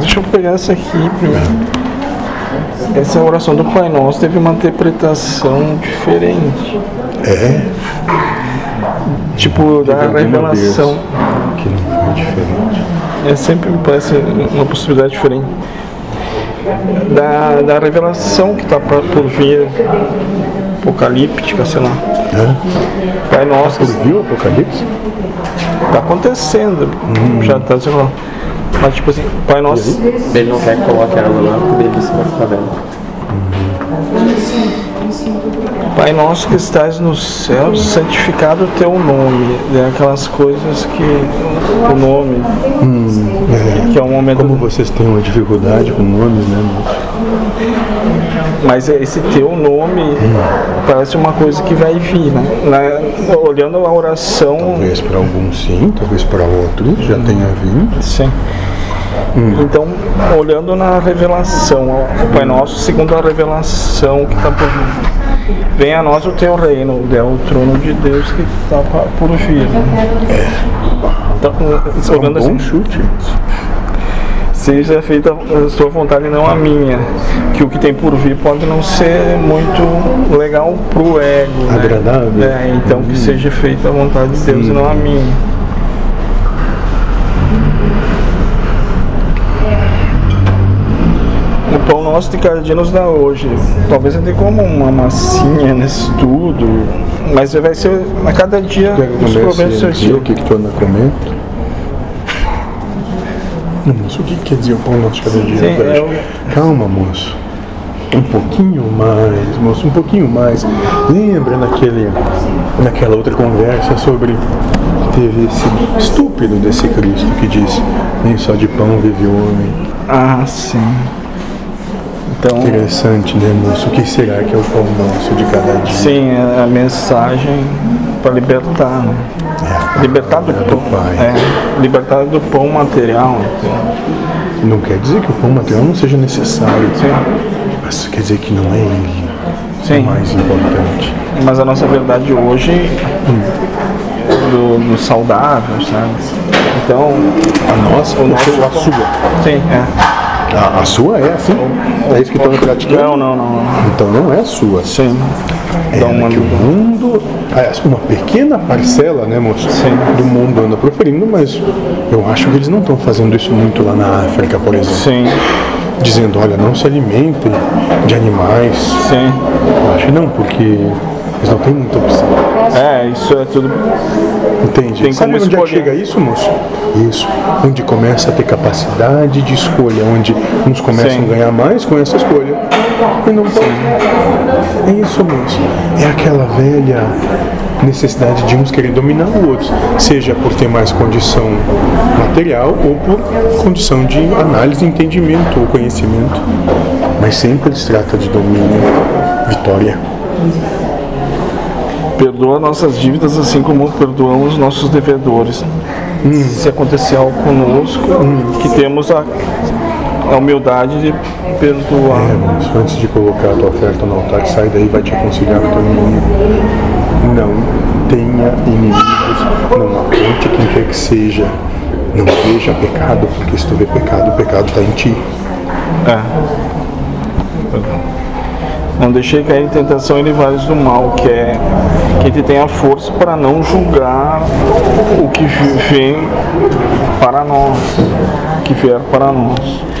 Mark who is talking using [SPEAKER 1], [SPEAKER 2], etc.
[SPEAKER 1] Deixa eu pegar essa aqui primeiro. Essa é oração do Pai Nosso teve uma interpretação diferente.
[SPEAKER 2] É,
[SPEAKER 1] Tipo, da
[SPEAKER 2] Teve alguma
[SPEAKER 1] revelação.
[SPEAKER 2] que não foi diferente.
[SPEAKER 1] É sempre me parece uma possibilidade diferente. Da, da revelação que está por vir apocalíptica, sei lá.
[SPEAKER 2] Né?
[SPEAKER 1] Pai Nosso
[SPEAKER 2] Você viu o Apocalipse?
[SPEAKER 1] está tá acontecendo. Já está, sei lá. Mas tipo assim, Pai Nosso.
[SPEAKER 3] Hum. Ele não quer que coloque água lá porque daí você vai ficar
[SPEAKER 1] Uhum.
[SPEAKER 3] vendo.
[SPEAKER 1] Pai nosso que estás no céu, santificado o teu nome. É aquelas coisas que. O nome,
[SPEAKER 2] É.
[SPEAKER 1] que é um momento.
[SPEAKER 2] Como vocês têm uma dificuldade com nomes, né? moço?
[SPEAKER 1] Mas é esse teu nome
[SPEAKER 3] Hum.
[SPEAKER 1] parece uma coisa que vai vir, né? Na- olhando a oração.
[SPEAKER 2] Talvez para alguns sim, talvez para outros já tenha vindo.
[SPEAKER 1] Sim. Então, olhando na revelação, ó, Pai Nosso, segundo a revelação que está por vir, vem a nós o teu reino, é o trono de Deus que está por vir. né? Então,
[SPEAKER 2] Um
[SPEAKER 1] olhando assim,
[SPEAKER 2] bom chute.
[SPEAKER 1] seja feita a sua vontade, não a minha. Que o que tem por vir pode não ser muito legal pro ego. né?
[SPEAKER 2] Agradável.
[SPEAKER 1] É, então que seja feita a vontade de Deus e não a minha. O pão nosso de cada dia nos dá hoje. Talvez até como uma massinha nesse tudo, mas vai ser a cada dia
[SPEAKER 2] Pega
[SPEAKER 1] os
[SPEAKER 2] conversa
[SPEAKER 1] problemas do seu
[SPEAKER 2] e dia,
[SPEAKER 1] dia.
[SPEAKER 2] o que, que tu anda comendo. Não, moço, o que que quer dizer o pão nosso de cada dia?
[SPEAKER 1] Sim,
[SPEAKER 2] velho?
[SPEAKER 1] é o-
[SPEAKER 2] Calma, moço. Um pouquinho mais, moço, um pouquinho mais. Lembra naquele, naquela outra conversa sobre que teve esse estúpido desse Cristo que disse nem só de pão vive o homem.
[SPEAKER 1] Ah, sim. Então.
[SPEAKER 2] Interessante, né, moço? O que será que é o pão nosso de cada dia?
[SPEAKER 1] Sim, é a mensagem para libertar, né?
[SPEAKER 2] É.
[SPEAKER 1] libertar do pão,
[SPEAKER 2] Pai.
[SPEAKER 1] é, libertar do pão material.
[SPEAKER 2] Não quer dizer que o pão material não seja necessário,
[SPEAKER 1] Sim,
[SPEAKER 2] mas quer dizer que não é ele.
[SPEAKER 1] sim.
[SPEAKER 2] mais importante.
[SPEAKER 1] Mas a nossa verdade hoje é do, do saudável, sabe? Então,
[SPEAKER 2] A nossa ou
[SPEAKER 1] nosso-
[SPEAKER 2] a sua?
[SPEAKER 1] sim, é.
[SPEAKER 2] A, a sua é assim? É isso que estamos praticando?
[SPEAKER 1] Não, não, não. não.
[SPEAKER 2] Então não é a sua.
[SPEAKER 1] Sim.
[SPEAKER 2] É
[SPEAKER 1] Dá uma
[SPEAKER 2] a que o
[SPEAKER 1] dúvida.
[SPEAKER 2] mundo, aliás, uma pequena parcela, né, moço,
[SPEAKER 1] Sim.
[SPEAKER 2] do mundo anda proferindo, mas eu acho que eles não estão fazendo isso muito lá na África, por exemplo.
[SPEAKER 1] Sim,
[SPEAKER 2] Dizendo, olha, não se alimentem de animais.
[SPEAKER 1] sim.
[SPEAKER 2] Eu acho que não, porque eles não têm muita opção.
[SPEAKER 1] É, isso é tudo.
[SPEAKER 2] Entende?
[SPEAKER 1] Tem
[SPEAKER 2] Sabe
[SPEAKER 1] como
[SPEAKER 2] onde é que
[SPEAKER 1] escolher.
[SPEAKER 2] chega isso, moço? Isso. Onde começa a ter capacidade de escolha, onde uns começam
[SPEAKER 1] Sim.
[SPEAKER 2] a ganhar mais com essa escolha. E não pode. É isso, moço. É aquela velha necessidade de uns querer dominar o outro, seja por ter mais condição material ou por condição de análise, entendimento ou conhecimento. Mas sempre se trata de domínio, vitória.
[SPEAKER 1] Perdoa nossas dívidas assim como perdoamos nossos devedores. Se acontecer algo conosco, que temos a, a humildade de
[SPEAKER 2] É,
[SPEAKER 1] perdoar.
[SPEAKER 2] mas antes de colocar a tua oferta no altar, sai daí, vai te aconselhar o teu inimigo. Não tenha inimigos, não aponte quem quer que seja. Não veja pecado, porque se tu vê pecado, o pecado está em ti.
[SPEAKER 1] É. Não deixei cair em tentação e livrai-os do mal, que é que te tenha força para não julgar o que vi- vem para nós, que vier para nós.